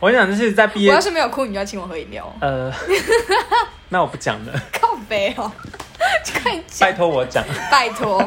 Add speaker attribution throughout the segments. Speaker 1: 我跟你讲，就是在毕
Speaker 2: 我要
Speaker 1: 业，
Speaker 2: 是没有哭，你就要请我喝饮料，
Speaker 1: 呃，那我不讲了，
Speaker 2: 靠背哦， 快
Speaker 1: 拜
Speaker 2: 讲，
Speaker 1: 托我讲。
Speaker 2: 拜托。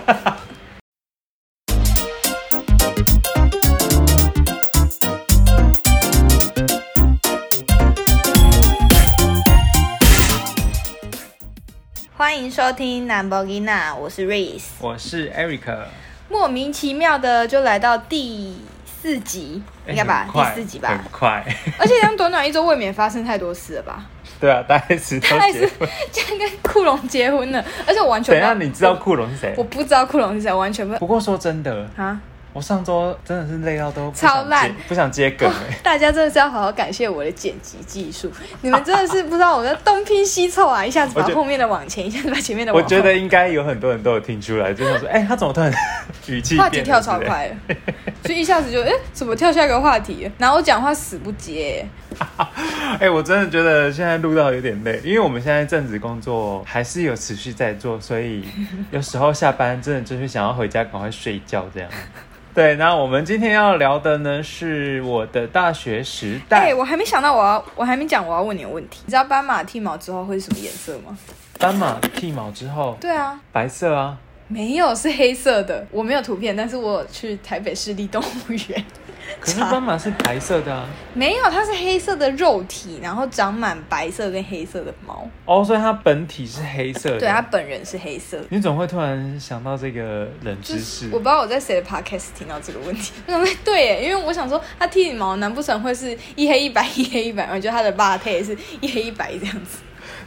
Speaker 2: 欢迎收听《南博吉娜》，我是 Reese。
Speaker 1: 我是 Eric，
Speaker 2: 莫名其妙的就来到第四集， 应该吧？第四集吧
Speaker 1: 哎很。快，
Speaker 2: 而且这样短短一周，未免发生太多事了吧？
Speaker 1: 对啊，大概十多
Speaker 2: 他也
Speaker 1: 节
Speaker 2: 是。 竟然跟库龙结婚了，而且我完全
Speaker 1: 等一
Speaker 2: 不
Speaker 1: 下，你知道库龙是谁
Speaker 2: 我？不知道库龙是谁，完全不
Speaker 1: 不过说真的，
Speaker 2: 啊！
Speaker 1: 我上周真的是累到都不
Speaker 2: 超
Speaker 1: 想接
Speaker 2: 烂
Speaker 1: 不想接 梗哎、
Speaker 2: 大家真的是要好好感谢我的剪辑技术，你们真的是不知道我在东拼西凑啊，一下子把
Speaker 1: 我觉
Speaker 2: 后面的往前，一下子把前面的
Speaker 1: 我
Speaker 2: 往后，
Speaker 1: 觉得应该有很多人都有听出来，就想说，哎、他怎么突然 语气
Speaker 2: 话题
Speaker 1: 变
Speaker 2: 跳
Speaker 1: 了
Speaker 2: 超
Speaker 1: 之类
Speaker 2: 快了，所以一下子就哎、怎么跳下一个话题？然后我讲话死不接、
Speaker 1: 哎、我真的觉得现在录到有点累，因为我们现在正职工作还是有持续在做，所以有时候下班真的就是想要回家赶快睡觉这样。对，那我们今天要聊的呢是我的大学时
Speaker 2: 哎、
Speaker 1: 代，
Speaker 2: 我还没想到我要，我还没讲我要问你的问题。你知道斑马剃毛之后会是什么颜色吗？
Speaker 1: 斑马剃毛之后，
Speaker 2: 对啊，
Speaker 1: 白色啊，
Speaker 2: 没有，是黑色的。我没有图片，但是我有去台北市立动物园，
Speaker 1: 可是
Speaker 2: 查
Speaker 1: 斑马是白色的啊，
Speaker 2: 没有，它是黑色的肉体，然后长满白色跟黑色的毛。
Speaker 1: 哦，所以它本体是黑色的。
Speaker 2: 对，它，本人是黑色的。
Speaker 1: 你总会突然想到这个冷
Speaker 2: 就
Speaker 1: 知
Speaker 2: 是
Speaker 1: 识
Speaker 2: 我不。知道我在谁的 podcast 听到这个问题， 我想说对耶，因为我想说它剃毛难不成会是一黑一白一黑一白吗？我觉得它的 b o 也是一黑一白这样子。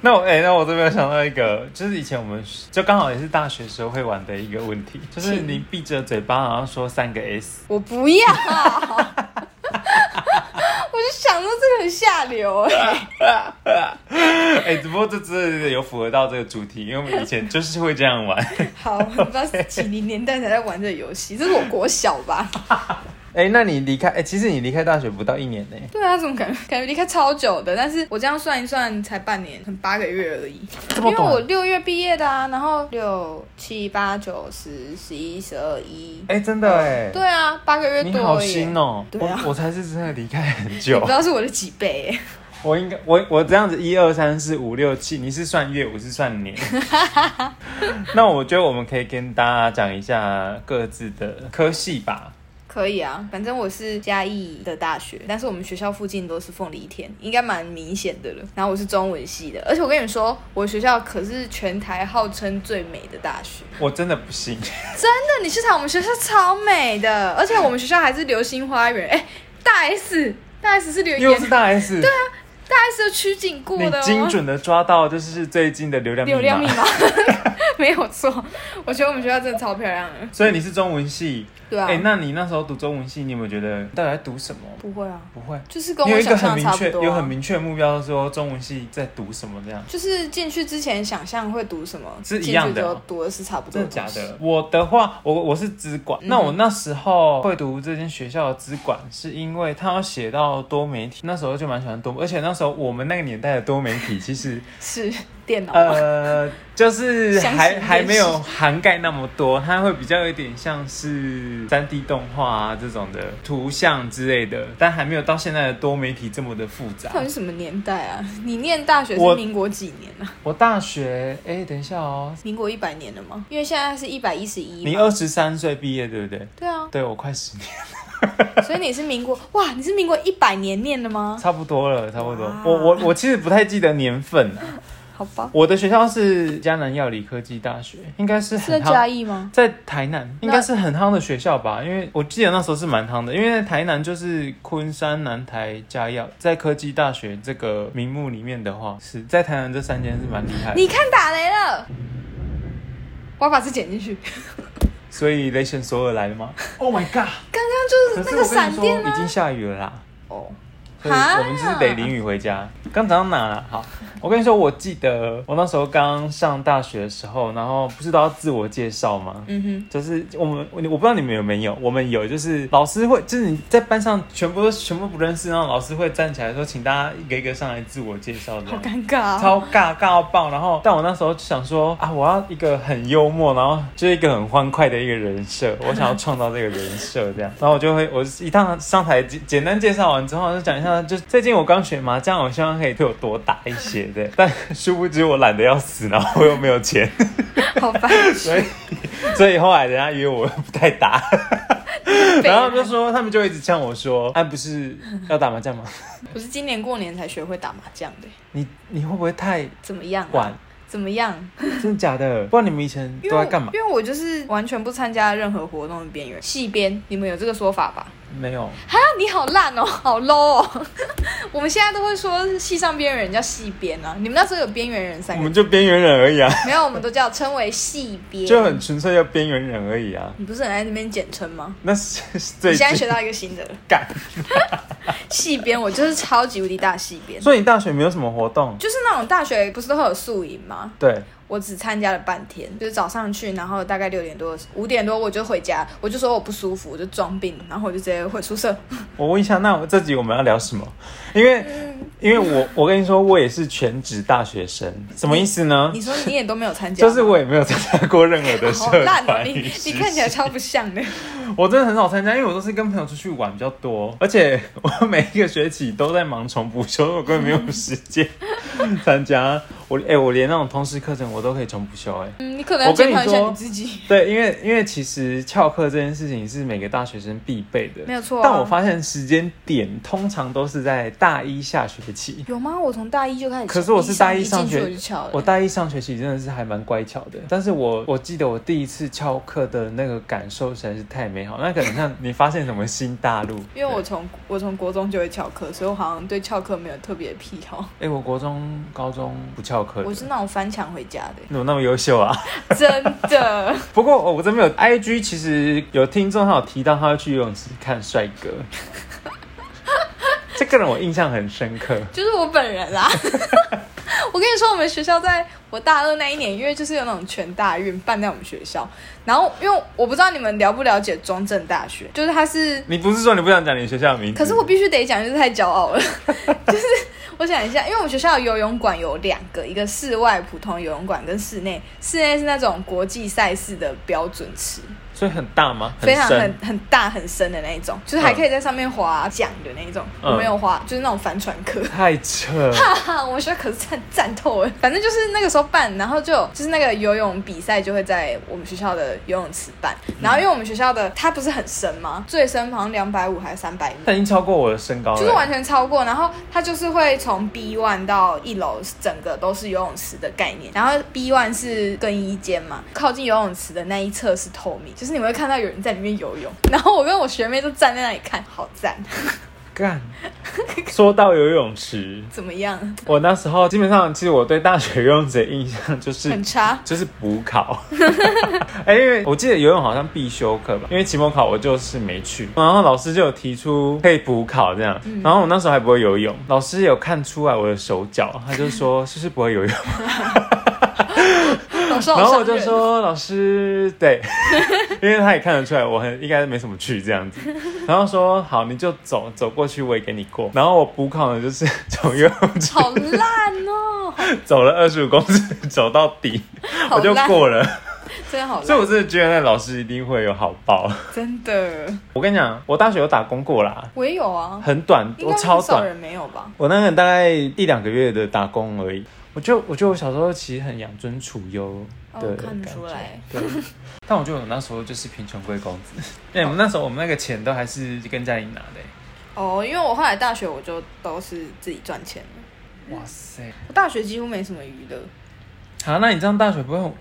Speaker 1: 那我哎、那我这边有想到一个，就是以前我们就刚好也是大学时候会玩的一个问题，就是
Speaker 2: 请
Speaker 1: 你闭着嘴巴然后说三个 S，
Speaker 2: 我不要，我就想说这个很下流哎。
Speaker 1: 哎、只不过这真的有符合到这个主题，因为我们以前就是会这样玩。
Speaker 2: 好，我不知道是几零年代才在玩这个游戏，这是我国小吧？
Speaker 1: 哎、那你离开哎、其实你离开大学不到一年呢、
Speaker 2: 对啊，怎么感觉感觉离开超久的？但是我这样算一算，才半年，很八个月而已。
Speaker 1: 这
Speaker 2: 因
Speaker 1: 么
Speaker 2: 为我
Speaker 1: 短。
Speaker 2: 六月毕业的啊，然后六七八九十十一十二一，
Speaker 1: 哎、真的哎、
Speaker 2: 对啊，八个月
Speaker 1: 你
Speaker 2: 多
Speaker 1: 好
Speaker 2: 而已
Speaker 1: 新哦、
Speaker 2: 对啊
Speaker 1: 我我才是真的离开很
Speaker 2: 你
Speaker 1: 久
Speaker 2: 不知。道是我的几倍 耶？
Speaker 1: 我应该我我这样子一二三四五六七，你是算月，我是算 年。那我觉得我们可以跟大家讲一下各自的科系吧。
Speaker 2: 可以啊，反正我是嘉义的大学，但是我们学校附近都是凤梨田，应该蛮明显的了。然后我是中文系的，而且我跟你说，我学校可是全台号称最美的大学。
Speaker 1: 我真的不 信，
Speaker 2: 那你去查我们学校超美的，而且我们学校还是流星花园。哎、大 S，大 S 是流
Speaker 1: 又
Speaker 2: 言
Speaker 1: 是，大 S，对啊，
Speaker 2: 大 S 有取景过的
Speaker 1: 你
Speaker 2: 哦。
Speaker 1: 精准的抓到就是最近的流量密
Speaker 2: 流量密
Speaker 1: 码。
Speaker 2: 码 没有错，我觉得我们学校真的超漂亮的。
Speaker 1: 所以你是中文系，
Speaker 2: 对啊，
Speaker 1: 哎、那你那时候读中文系，你有没有觉得到底在读什么？
Speaker 2: 不会啊，
Speaker 1: 不会，
Speaker 2: 就是跟
Speaker 1: 你有
Speaker 2: 我
Speaker 1: 一个
Speaker 2: 想
Speaker 1: 很
Speaker 2: 象
Speaker 1: 明
Speaker 2: 的差
Speaker 1: 确，
Speaker 2: 不多、
Speaker 1: 有很
Speaker 2: 啊。
Speaker 1: 明确的目标，说中文系在读什么这样。
Speaker 2: 就是进去之前想象会读什么，
Speaker 1: 是一样的哦
Speaker 2: 进去之后读的是差不多
Speaker 1: 真的
Speaker 2: 东
Speaker 1: 假
Speaker 2: 西
Speaker 1: 的？？我的话，我我是资管，
Speaker 2: 嗯
Speaker 1: 那我那时候会读这间学校的资管，是因为它要写到多媒体，那时候就蛮喜欢多，而且那时候我们那个年代的多媒体，其实
Speaker 2: 是电脑吗？
Speaker 1: 呃，就是
Speaker 2: 详细
Speaker 1: 还
Speaker 2: 认识
Speaker 1: 还没有涵盖那么多，它会比较有点像是三 D 动画啊这种的图像之类的，但还没有到现在的多媒体这么的复杂。
Speaker 2: 到底是什么年代啊？你念大学
Speaker 1: 我
Speaker 2: 是民国几年啊？
Speaker 1: 我大学，哎、等一下哦，
Speaker 2: 民国一百年了吗？因为现在是一百一十一。
Speaker 1: 你二十三岁毕业对不对？
Speaker 2: 对啊，
Speaker 1: 对我快十年。
Speaker 2: 所以你是民国哇？你是民国一百年念的吗？
Speaker 1: 差不多了，差不多
Speaker 2: 哇。
Speaker 1: 我我我其实不太记得年份啊、
Speaker 2: 好吧，
Speaker 1: 我的学校是江南药理科技大学，应该是
Speaker 2: 是在
Speaker 1: 很
Speaker 2: 嘉
Speaker 1: 夯，
Speaker 2: 义吗？
Speaker 1: 在台南应该是很夯的学校吧？因为我记得那时候是蛮夯的，因为台南就是昆山、南台、嘉药，在科技大学这个名目里面的话，是在台南这三间是蛮厉害的。
Speaker 2: 你看打雷了，我要把这剪进去。
Speaker 1: 所以雷神索尔来了吗 ？Oh my god！
Speaker 2: 刚刚
Speaker 1: 可
Speaker 2: 就
Speaker 1: 我
Speaker 2: 是是那
Speaker 1: 跟
Speaker 2: 个
Speaker 1: 你
Speaker 2: 闪
Speaker 1: 说
Speaker 2: 电
Speaker 1: 已经
Speaker 2: 啊！
Speaker 1: 下雨了啦。
Speaker 2: 哦，
Speaker 1: 所以我们就是得淋雨回家。刚讲到哪了？好，我跟你说，我记得我那时候刚上大学的时候，然后不是都要自我介绍吗？
Speaker 2: 嗯哼，
Speaker 1: 就是我们，我不知道你们有没有，我们有，就是老师会，就是你在班上全部都全部不认识，然后老师会站起来说，请大家一个一个上来自我介绍，这
Speaker 2: 好
Speaker 1: 样。
Speaker 2: 尴尬啊、
Speaker 1: 超尬尬到爆，然后但我那时候就想说啊，我要一个很幽默，然后就是一个很欢快的一个人设， 我想要创造这个人设这样，然后我就会我一趟上台简简单介绍完之后，就讲一下那就最近我刚学麻将，我希望可以对我多打一些对，但殊不知我懒得要死，然后我又没有钱，
Speaker 2: 好吧，
Speaker 1: 所以所以后来人家约我不太打，然后他们就说他们就一直呛我说，哎、不是要打麻将吗？
Speaker 2: 我是今年过年才学会打麻将的，
Speaker 1: 你你会不会太
Speaker 2: 怎么样、啊？
Speaker 1: 晚？
Speaker 2: 怎么样？
Speaker 1: 真的假的？不然你们以前
Speaker 2: 因
Speaker 1: 都
Speaker 2: 为我
Speaker 1: 在干嘛？
Speaker 2: 因为我就是完全不参加任何活动的边缘，戏边，你们有这个说法吧？
Speaker 1: 没有，
Speaker 2: 哈，你好烂哦，好 low 哦！ 我们现在都会说戏上边缘人叫戏边啊，你们那时候有边缘人
Speaker 1: 我
Speaker 2: 三个
Speaker 1: 们
Speaker 2: 字？
Speaker 1: 就边缘人而已啊，
Speaker 2: 没有，我们都叫称为戏边。
Speaker 1: 就很纯粹叫边缘人而已啊。
Speaker 2: 你不是很爱那边简称吗？
Speaker 1: 那是是
Speaker 2: 你
Speaker 1: 最
Speaker 2: 现在
Speaker 1: 近
Speaker 2: 学到一个新的了，
Speaker 1: 干，
Speaker 2: 戏边，我就是超级无敌大戏边，
Speaker 1: 所以你大学没有什么活动？
Speaker 2: 就是那种大学不是都会有宿营吗？
Speaker 1: 对，
Speaker 2: 我只参加了半天，就是早上去，然后大概六点多、五点多我就回家，我就说我不舒服，我就装病，然后我就直接回宿舍。
Speaker 1: 我问一下，那我这集我们要聊什么？因为、因为我我跟你说，我也是全职大学生，什么意思呢
Speaker 2: 你？说你也都没有参 加，
Speaker 1: 就是我也没有参加过任何的社
Speaker 2: 好烂哦、
Speaker 1: 团
Speaker 2: 你
Speaker 1: 仪式
Speaker 2: 你看起来超不像的。
Speaker 1: 我真的很少参加，因为我都是跟朋友出去玩比较多，而且 我每一个学期都在忙重补修，我根本没有时间参加。我哎、我连那种通识课程我都可以重补修哎、
Speaker 2: 嗯，你可能要检讨一下你自 己。
Speaker 1: 对，因为因为其实翘课这件事情是每个大学生必备的，
Speaker 2: 没有错啊
Speaker 1: 但我发现时间点通常都是在大一下学期。
Speaker 2: 有吗？我从大一就开始，
Speaker 1: 可是我是大
Speaker 2: 一
Speaker 1: 上
Speaker 2: 进去
Speaker 1: 学，
Speaker 2: 我就翘了。
Speaker 1: 我大一上学期真的是还蛮乖巧的，但是我我记得我第一次翘课的那个感受实在是太美好，那可能像你发现什么新大陆，
Speaker 2: 因为我从我从国中就会翘课，所以我好像对翘课没有特别癖好。
Speaker 1: 哎、我国中、高中不翘课的，
Speaker 2: 我是那种翻墙回家的，
Speaker 1: 你怎么那么优秀啊？
Speaker 2: 真的。
Speaker 1: 不过哦我这边有 IG，其实有听众他有提到他要去游泳池看帅哥，这个人我印象很深刻。
Speaker 2: 就是我本人啦。 我跟你说，我们学校在我大二那一年，因为就是有那种全大运办在我们学校，然后因为我不知道你们了不了解中正大学，就是它是，
Speaker 1: 你不是说你不想讲你学校的名字？
Speaker 2: 可是我必须得讲，就是太骄傲了。 就是我想一下，因为我们学校的游泳馆有两个，一个室外普通游泳馆跟室内，室内是那种国际赛事的标准池，
Speaker 1: 所以很大吗？
Speaker 2: 非常
Speaker 1: 深
Speaker 2: 很很大很深的那一种，就是还可以在上面划桨的那一种，
Speaker 1: 嗯
Speaker 2: 我没有划，就是那种帆船课。
Speaker 1: 太扯。
Speaker 2: 啊， 我们学校可是战战透了，反正就是那个时候办，然后就有就是那个游泳比赛就会在我们学校的游泳池办，然后因为我们学校的它不是很深吗？最深好像两百五还是三百米。
Speaker 1: 但已经超过我的身高了，
Speaker 2: 就是完全超过，然后它就是会从 B one 到一楼，整个都是游泳池的概念。然后 B one 是更衣间嘛，靠近游泳池的那一侧是透明，就是你会看到有人在里面游泳。然后我跟我学妹就站在那里看，好赞，
Speaker 1: 干。说到游泳池，
Speaker 2: 怎么样？
Speaker 1: 我那时候基本上，其实我对大学游泳池的印象就是
Speaker 2: 很差。
Speaker 1: 就是补考， 哎、因为我记得游泳好像必修课吧，因为期末考我就是没去，然后老师就有提出可以补考这样，
Speaker 2: 嗯
Speaker 1: 然后我那时候还不会游泳，老师有看出来我的手脚，他就说是不是不会游泳，
Speaker 2: 老 师好
Speaker 1: 然后我
Speaker 2: 伤
Speaker 1: 就
Speaker 2: 人
Speaker 1: 说老师对， 因为他也看得出来我很应该没什么去这样 子，然后说好你就走走过去我也给你过，然后我补考呢就是 从游泳池
Speaker 2: 好烂哦，
Speaker 1: 走了二十五公尺走到底，
Speaker 2: 好
Speaker 1: 我就
Speaker 2: 烂，
Speaker 1: 过了，
Speaker 2: 真的好
Speaker 1: 所以
Speaker 2: 烂，
Speaker 1: 我真的觉得那老师一定会有好报。
Speaker 2: 真的，
Speaker 1: 我跟你讲，我大学有打工过啦，
Speaker 2: 我也有啊，
Speaker 1: 很短，
Speaker 2: 应
Speaker 1: 我
Speaker 2: 该
Speaker 1: 超
Speaker 2: 很少
Speaker 1: 短，
Speaker 2: 人没有吧？
Speaker 1: 我那个大概一两个月的打工而已。我就我觉得我小时候其实很养尊处优
Speaker 2: 哦
Speaker 1: 的感觉，
Speaker 2: 看得出来
Speaker 1: 对。但我觉得我那时候就是贫穷贵公子， 哎、我们那时候我们那个钱都还是跟家里拿的、
Speaker 2: 哦，因为我后来大学我就都是自己赚钱了，
Speaker 1: 哇塞！
Speaker 2: 我大学几乎没什么娱乐。
Speaker 1: 好、那你这样大学不会很？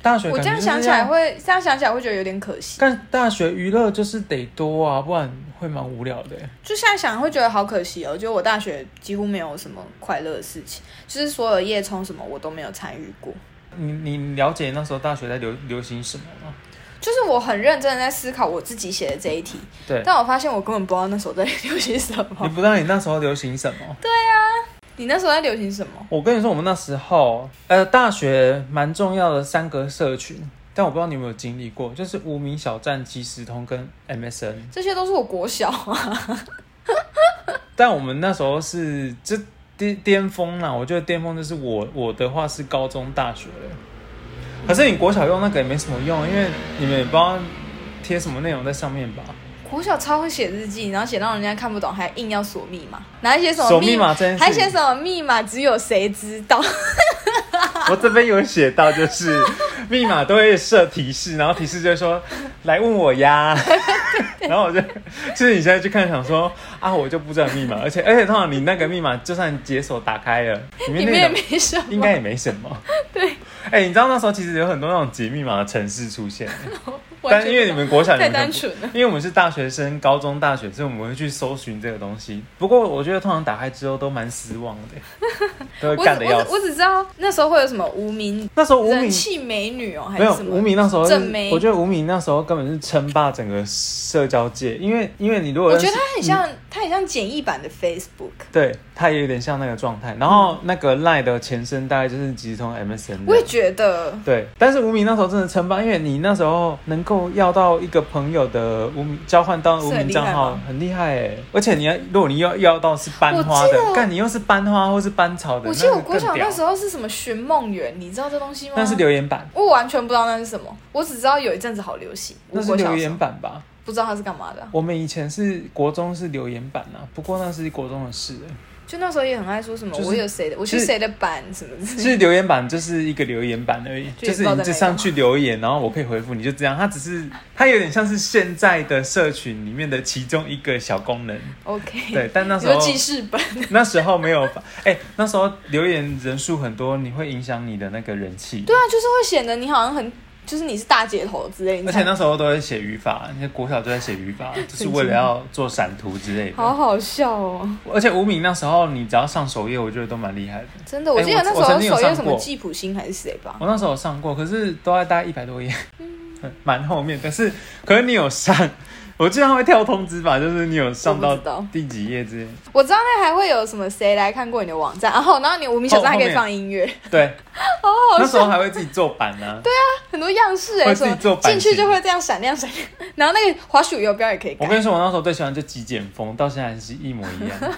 Speaker 1: 大学
Speaker 2: 我
Speaker 1: 感
Speaker 2: 这
Speaker 1: 觉
Speaker 2: 样
Speaker 1: 就是要
Speaker 2: 想起来，会，这样想起来会觉得有点可惜。
Speaker 1: 但大学娱乐就是得多啊，不然会蛮无聊的、
Speaker 2: 就现在想会觉得好可惜哦，就我大学几乎没有什么快乐的事情，就是所有夜冲什么我都没有参与过。
Speaker 1: 你你了解那时候大学在流流行什么吗？
Speaker 2: 就是我很认真的在思考我自己写的这一题，
Speaker 1: 对，
Speaker 2: 但我发现我根本不知道那时候在流行什
Speaker 1: 你
Speaker 2: 么。
Speaker 1: 不知道你那时候流行什么？
Speaker 2: 你那时候在流行什么？
Speaker 1: 我跟你说，我们那时候，呃，大学蛮重要的三个社群，但我不知道你有没有经历过，就是无名小站、即时通跟 MSN。
Speaker 2: 这些都是我国小啊，
Speaker 1: 但我们那时候是这巅巅峰啦，我觉得巅峰就是我我的话是高中大学了，可是你国小用那个也没什么用，因为你们也不知道贴什么内容在上面吧？
Speaker 2: 国小超会写日记，然后写到人家看不懂，还硬要锁密码，拿一些什么
Speaker 1: 锁密码真是
Speaker 2: 还写什么密码只有谁知道，
Speaker 1: 我这边有写到，就是密码都会设提示，然后提示就说来问我 呀，然后我就，其实你现在去看想说啊，我就不知道密码，而且而且通常你那个密码就算你解锁打开了，里
Speaker 2: 里
Speaker 1: 面
Speaker 2: 面
Speaker 1: 那个
Speaker 2: 也没什么，
Speaker 1: 应该也没什么。
Speaker 2: 对，
Speaker 1: 哎、你知道那时候其实有很多那种解密码的程式出 现，
Speaker 2: 完
Speaker 1: 但
Speaker 2: 全
Speaker 1: 因为你们国小你
Speaker 2: 太
Speaker 1: 们可
Speaker 2: 单
Speaker 1: 能不
Speaker 2: 纯了。
Speaker 1: 因为我们是大学生，高中、大学，所以我们会去搜寻这个东西。不过我觉得通常打开之后都蛮失望的， 都会
Speaker 2: 我
Speaker 1: 干
Speaker 2: 只
Speaker 1: 的要
Speaker 2: 我只
Speaker 1: 死。
Speaker 2: 我只知道那时候会有什么无名
Speaker 1: 那时候无
Speaker 2: 人
Speaker 1: 名
Speaker 2: 气美女哦，还
Speaker 1: 没
Speaker 2: 是
Speaker 1: 有
Speaker 2: 什么
Speaker 1: 无名那时候是
Speaker 2: 正妹，
Speaker 1: 我觉得无名那时候根本是称霸整个社交界，因为因为你如果
Speaker 2: 我
Speaker 1: 认
Speaker 2: 觉
Speaker 1: 识嗯
Speaker 2: 得它很像，它很像简易版的 Facebook。
Speaker 1: 对，它也有点像那个状态。然后那个赖的前身大概就是即时通 MSN
Speaker 2: 我也
Speaker 1: 的。
Speaker 2: 觉得，
Speaker 1: 对，但是无名那时候真的称霸，因为你那时候能够要到一个朋友的无名交换到无
Speaker 2: 是
Speaker 1: 名
Speaker 2: 很厉害
Speaker 1: 账号
Speaker 2: 吗，
Speaker 1: 很厉害哎！而且你要，如果你要要到是班花
Speaker 2: 我记
Speaker 1: 的，
Speaker 2: 得
Speaker 1: 干你又是班花或是班草的，
Speaker 2: 我记得
Speaker 1: 那
Speaker 2: 我
Speaker 1: 个
Speaker 2: 国小
Speaker 1: 更屌
Speaker 2: 那时候是什么寻梦园，你知道这东西吗？
Speaker 1: 那是留言板，
Speaker 2: 我完全不知道那是什么，我只知道有一阵子好流行。
Speaker 1: 那
Speaker 2: 我
Speaker 1: 是
Speaker 2: 国小
Speaker 1: 留
Speaker 2: 的时候
Speaker 1: 言板吧？
Speaker 2: 不知道它是干嘛的啊、
Speaker 1: 我们以前是国中是留言板啊，不过那是国中的事欸。
Speaker 2: 就那时候也很爱说什么、
Speaker 1: 就是
Speaker 2: 我有谁的，我去
Speaker 1: 是
Speaker 2: 谁的版什么之类
Speaker 1: 其
Speaker 2: 的。
Speaker 1: 实留言板就是一个留言板而已，就
Speaker 2: 就也不
Speaker 1: 是
Speaker 2: 知道
Speaker 1: 你就
Speaker 2: 在嗯干
Speaker 1: 上
Speaker 2: 嘛
Speaker 1: 去留言，然后我可以回复你，就这样。它只是它有点像是现在的社群里面的其中一个小功能，
Speaker 2: OK，
Speaker 1: 对。但那
Speaker 2: 你
Speaker 1: 时
Speaker 2: 说
Speaker 1: 候
Speaker 2: 记事本，
Speaker 1: 那时候没有，哎、那时候留言人数很多，你会影响你的那个人气。对
Speaker 2: 对，啊，就是会显得你好像很，就是你是大姐头之类的。你
Speaker 1: 而且
Speaker 2: 才
Speaker 1: 那时候都会写语法，那国小就在写语 法，就是
Speaker 2: 神
Speaker 1: 为了
Speaker 2: 经
Speaker 1: 要做闪图之类
Speaker 2: 好
Speaker 1: 的。
Speaker 2: 好笑哦，
Speaker 1: 而且无名那时候你只要上首页，我觉得都蛮厉害的。
Speaker 2: 真的，我记得
Speaker 1: 哎我
Speaker 2: 那时
Speaker 1: 我曾
Speaker 2: 候
Speaker 1: 经有
Speaker 2: 首页
Speaker 1: 上
Speaker 2: 什么
Speaker 1: 过哦
Speaker 2: 吉普星还是谁吧，
Speaker 1: 我那时候有上过，可是都在大概一百多页，蛮后面。但是，可是你有上，我记得他会跳通知吧，就是你有上
Speaker 2: 我不知
Speaker 1: 到
Speaker 2: 道
Speaker 1: 第几页之类。
Speaker 2: 我知道那还会有什么谁来看过你的网站，然后然后你无名小站还可
Speaker 1: 后后
Speaker 2: 以
Speaker 1: 面
Speaker 2: 放音乐，
Speaker 1: 对，那时候还会自己做版呢、对啊，
Speaker 2: 很多样式哎、
Speaker 1: 会自
Speaker 2: 什
Speaker 1: 己
Speaker 2: 么
Speaker 1: 做版
Speaker 2: 进
Speaker 1: 型
Speaker 2: 去就会这样闪亮闪 亮，然后那个滑鼠游标也可以
Speaker 1: 我
Speaker 2: 改。
Speaker 1: 跟你说，我那时候最喜欢就极简风，到现在还是一模 一样。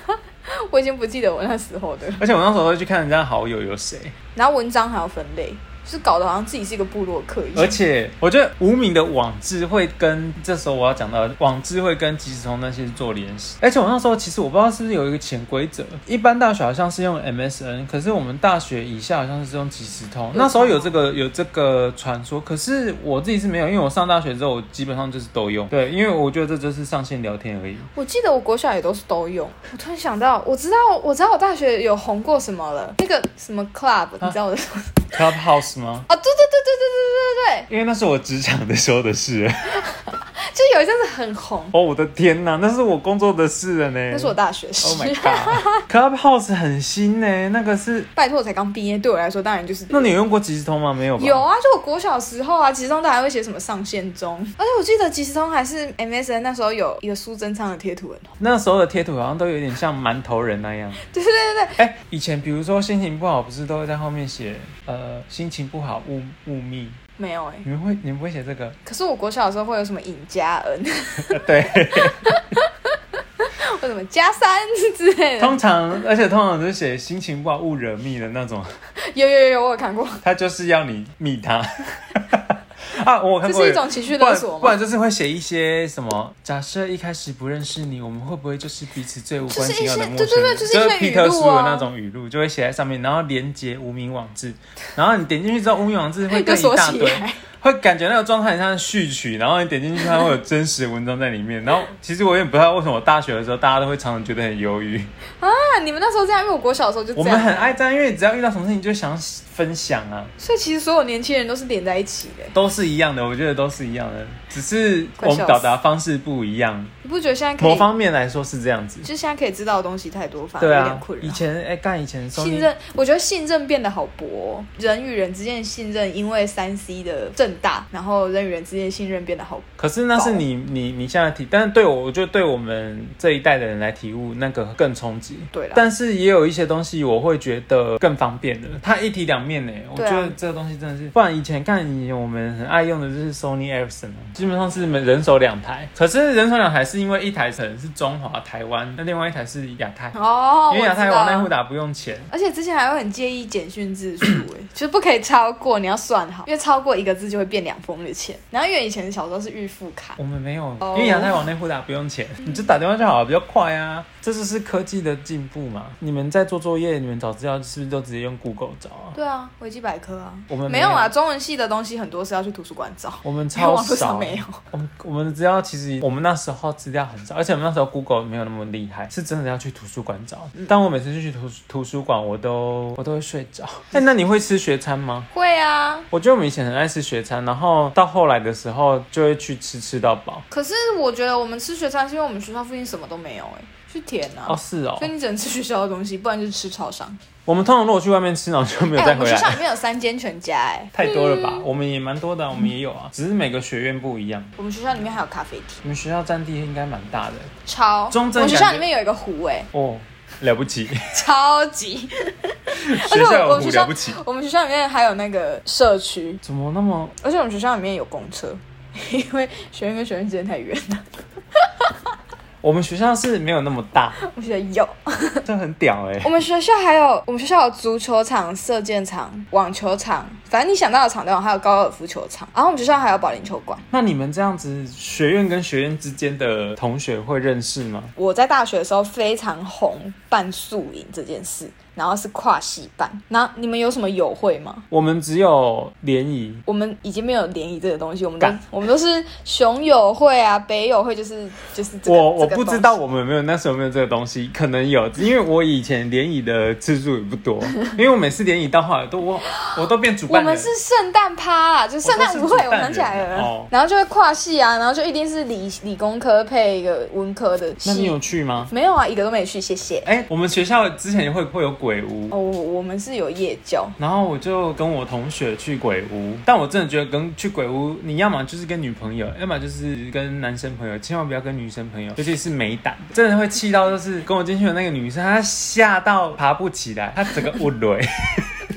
Speaker 2: 我已经不记得我那时候的。
Speaker 1: 而且我那时候会去看人家好友有谁，
Speaker 2: 然后文章还要分类，就是搞得好像自己是一个部落客一
Speaker 1: 而
Speaker 2: 样。
Speaker 1: 且我觉得无名的网志会跟这时候我要讲到的网志会跟即时通那些做联系，而且我那时候其实我不知道是不是有一个潜规则，一般大学好像是用 MSN，可是我们大学以下好像是用即时通，那时候有这个有这个传说，可是我自己是没有，因为我上大学之后我基本上就是都用，对，因为我觉得这就是上线聊天而已。
Speaker 2: 我记得我国小也都是都用。我突然想到，我知道，我知道我大学有红过什么了，那个什么 club，你
Speaker 1: 啊
Speaker 2: 知道我在说什么？
Speaker 1: Clubhouse 吗？
Speaker 2: 哦，对对对对对对对对
Speaker 1: 因为那是我职场的时候的事，
Speaker 2: 对，就有一阵子很红，
Speaker 1: 哦，我的天哪，那是我工作的事了呢。
Speaker 2: 那是我大学时。
Speaker 1: Oh my god，Clubhouse 很新呢、那个是
Speaker 2: 拜托，我才刚毕业，对我来说当然就是。
Speaker 1: 那你有用过即时通吗？没有吧？
Speaker 2: 有啊，就我国小的时候啊，即时通它还会写什么上线中，而且我记得即时通还是 MSN 那时候有一个苏贞昌的 贴图很红，
Speaker 1: 那时候的贴图好像都有点像馒头人那 样。
Speaker 2: 对对对对，
Speaker 1: 哎、以前比如说心情不好，不是都会在后面写呃心情不好勿勿密？
Speaker 2: 没有哎、
Speaker 1: 你们会你们不会写这个？
Speaker 2: 可是我国小的时候会有什么尹佳恩，
Speaker 1: 呃对，
Speaker 2: 或什么加三之类 的，
Speaker 1: 通常而且通常都是写心情不好勿惹密的那种，
Speaker 2: 有有有，我有看过，
Speaker 1: 他就是要你密他。 啊，我有看
Speaker 2: 这
Speaker 1: 过
Speaker 2: 是
Speaker 1: 有
Speaker 2: 一种情绪
Speaker 1: 不
Speaker 2: 勒
Speaker 1: 然
Speaker 2: 索
Speaker 1: 不
Speaker 2: 吗？
Speaker 1: 然就是会写一些什么？假设一开始不认识你，我们会不会就是彼此最无关紧要的陌生人？
Speaker 2: 就是一些对对对就是一些
Speaker 1: 皮特苏
Speaker 2: 语录
Speaker 1: 的
Speaker 2: 啊
Speaker 1: 那种语录，就会写在上面，然后连接无名网志，然后你点进去之后，无名网志 会
Speaker 2: 就
Speaker 1: 跟一
Speaker 2: 锁
Speaker 1: 大
Speaker 2: 起
Speaker 1: 堆，
Speaker 2: 来，
Speaker 1: 会感觉那个状态很像序曲，然后你点进去，它会有真实的文章在里面。然后其实我也不知道为什么，我大学的时候大家都会常常觉得很忧郁。
Speaker 2: 那你们那时候这样，因为我国小的时候就这
Speaker 1: 我
Speaker 2: 样，
Speaker 1: 们很爱，这样，因为只要遇到什么事情就想分享啊，
Speaker 2: 所以其实所有年轻人都是连在一起的。
Speaker 1: 都是一样的，我觉得都是一样的，只是
Speaker 2: 快
Speaker 1: 我
Speaker 2: 笑死
Speaker 1: 们表达方式不一样。
Speaker 2: 你不觉得现在可
Speaker 1: 某
Speaker 2: 以，
Speaker 1: 方面来说是这样子。
Speaker 2: 就现在可以知道的东西太多，反而
Speaker 1: 对
Speaker 2: 有点
Speaker 1: 啊
Speaker 2: 困，扰。
Speaker 1: 以前哎，干、以前 Sony
Speaker 2: 信任，我觉得信任变得好薄、哦，人与人之间的信任因为三 C 的震大，然后人与人之间的信任变得好薄。
Speaker 1: 可是
Speaker 2: 哦
Speaker 1: 那是你你你现在提，但是对我，我觉得对我们这一代的人来体悟，那个更冲击。
Speaker 2: 对啦
Speaker 1: 但是也有一些东西我会觉得更方便了，它一体两两面呢、我
Speaker 2: 对啊
Speaker 1: 觉得这个东西真的是，不然以前看以前我们很爱用的就是 Sony Ericsson，啊基本上是人手两台。可是人手两台是因为一台可能是中华台湾，那另外一台是亚太，
Speaker 2: 哦，
Speaker 1: 因为
Speaker 2: 我
Speaker 1: 亚
Speaker 2: 知
Speaker 1: 太
Speaker 2: 道
Speaker 1: 往内互打不用钱。
Speaker 2: 而且之前还会很介意简讯字数，哎， 就是不可以超过，你要算好，因为超过一个字就会变两封的钱。然后因为以前小时候是预付卡，
Speaker 1: 我们没有，
Speaker 2: 哦嗯
Speaker 1: 因为亚太往内互打不用钱，你就打电话就好了，比较快啊。这就是科技的进步嘛。你们在做作业，你们找资料是不是都直接用 Google 找啊？
Speaker 2: 对啊，维基百科啊，
Speaker 1: 我们
Speaker 2: 没
Speaker 1: 有
Speaker 2: 有啊，，中文系的东西很多是要去图书馆找，
Speaker 1: 我们
Speaker 2: 因为
Speaker 1: 超
Speaker 2: 网络
Speaker 1: 少
Speaker 2: 上，没有。
Speaker 1: 我们我们的资料其实我们那时候资料很少，而且我们那时候 Google 没有那么厉害，是真的要去图书馆找。
Speaker 2: 嗯
Speaker 1: 但我每次去图图书馆，我都我都会睡着。哎、那你会吃学餐吗？
Speaker 2: 会啊，
Speaker 1: 我觉得我们以前很爱吃学餐，然后到后来的时候就会去吃吃到饱。
Speaker 2: 可是我觉得我们吃学餐是因为我们学校附近什么都没有、哎，是甜啊。
Speaker 1: 哦，是哦
Speaker 2: 所以，你只能吃学校的东西，不然就是吃超商。
Speaker 1: 我们通常如果去外面吃，然后就没
Speaker 2: 哎、
Speaker 1: 有再
Speaker 2: 我
Speaker 1: 回
Speaker 2: 们学
Speaker 1: 来。
Speaker 2: 校里面有三间全家、哎，
Speaker 1: 太多了吧？我们也蛮多的啊，我们也有啊，只是每个学院不一样。
Speaker 2: 我们学校里面还有咖啡厅，
Speaker 1: 你们学校占地应该蛮大的
Speaker 2: 超。
Speaker 1: 中正
Speaker 2: 我们学
Speaker 1: 感
Speaker 2: 校
Speaker 1: 觉
Speaker 2: 里面有一个湖、哎，
Speaker 1: 哦，了不起，
Speaker 2: 超 级。而
Speaker 1: 学
Speaker 2: 且
Speaker 1: 校
Speaker 2: 我
Speaker 1: 有
Speaker 2: 我
Speaker 1: 湖
Speaker 2: 学校
Speaker 1: 了不起。
Speaker 2: 我们学校里面还有那个社区，
Speaker 1: 怎么那么
Speaker 2: 而且我们学校里面有公车， 因为学院跟学院之间太远了。
Speaker 1: 我们学校是没有那么大，
Speaker 2: 我们学校有，
Speaker 1: 这很屌哎、
Speaker 2: 我们学校还有我们学校有足球场、射箭场、网球场，反正你想到的场都有，还有高尔夫球场。然后我们学校还有保龄球馆。
Speaker 1: 那你们这样子，学院跟学院之间的同学会认识吗？
Speaker 2: 我在大学的时候非常红办宿营这件事，然后是跨系办。那你们有什么友会吗？
Speaker 1: 我们只有联谊，
Speaker 2: 我们已经没有联谊这个东西，我们都
Speaker 1: 干
Speaker 2: 我们都是熊友会啊，北友会就是就是这个。
Speaker 1: 我我
Speaker 2: 这个
Speaker 1: 不
Speaker 2: 东
Speaker 1: 知
Speaker 2: 西
Speaker 1: 道我们有没有那时候有没有这个东西，可能有，因为我以前联谊的次数也不多，因为我每次联谊到后来都我我都变主
Speaker 2: 我
Speaker 1: 办人，
Speaker 2: 们是圣诞趴啊，就圣诞舞
Speaker 1: 我
Speaker 2: 会，
Speaker 1: 都是主办人
Speaker 2: 我想起来了，
Speaker 1: 哦
Speaker 2: 然后就会跨系啊，然后就一定是理理工科配一个文科的系。
Speaker 1: 那你有去吗？
Speaker 2: 没有啊？一个都没去，谢谢。
Speaker 1: 哎、我们学校之前会会有鬼屋，
Speaker 2: 哦，我我们是有夜教，
Speaker 1: 然后我就跟我同学去鬼屋，但我真的觉得跟去鬼屋，你要么就是跟女朋友，要么就是跟男生朋友，千万不要跟女生朋友，尤其是没胆，真的会气到就是跟我进去的那个女生，她吓到爬不起来，她整个误雷。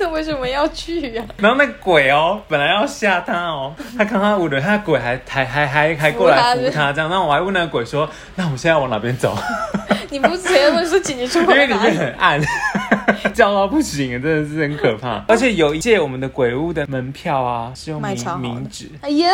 Speaker 2: 那为什么要去啊呀、
Speaker 1: 然后那鬼哦，本来要吓她哦，她看她误雷，她鬼还还还还还过来扶
Speaker 2: 扶
Speaker 1: 她
Speaker 2: 她
Speaker 1: 这样，那我还问那个鬼说，那我们现在往哪边走？
Speaker 2: 你不直接问说请你出
Speaker 1: 因为
Speaker 2: 来
Speaker 1: 里
Speaker 2: 哪
Speaker 1: 面
Speaker 2: 里？
Speaker 1: 很暗，叫到不行，真的是很可怕。而且有一届我们的鬼屋的门票啊，是用
Speaker 2: 卖超
Speaker 1: 冥
Speaker 2: 好的
Speaker 1: 冥纸。
Speaker 2: 哎呀！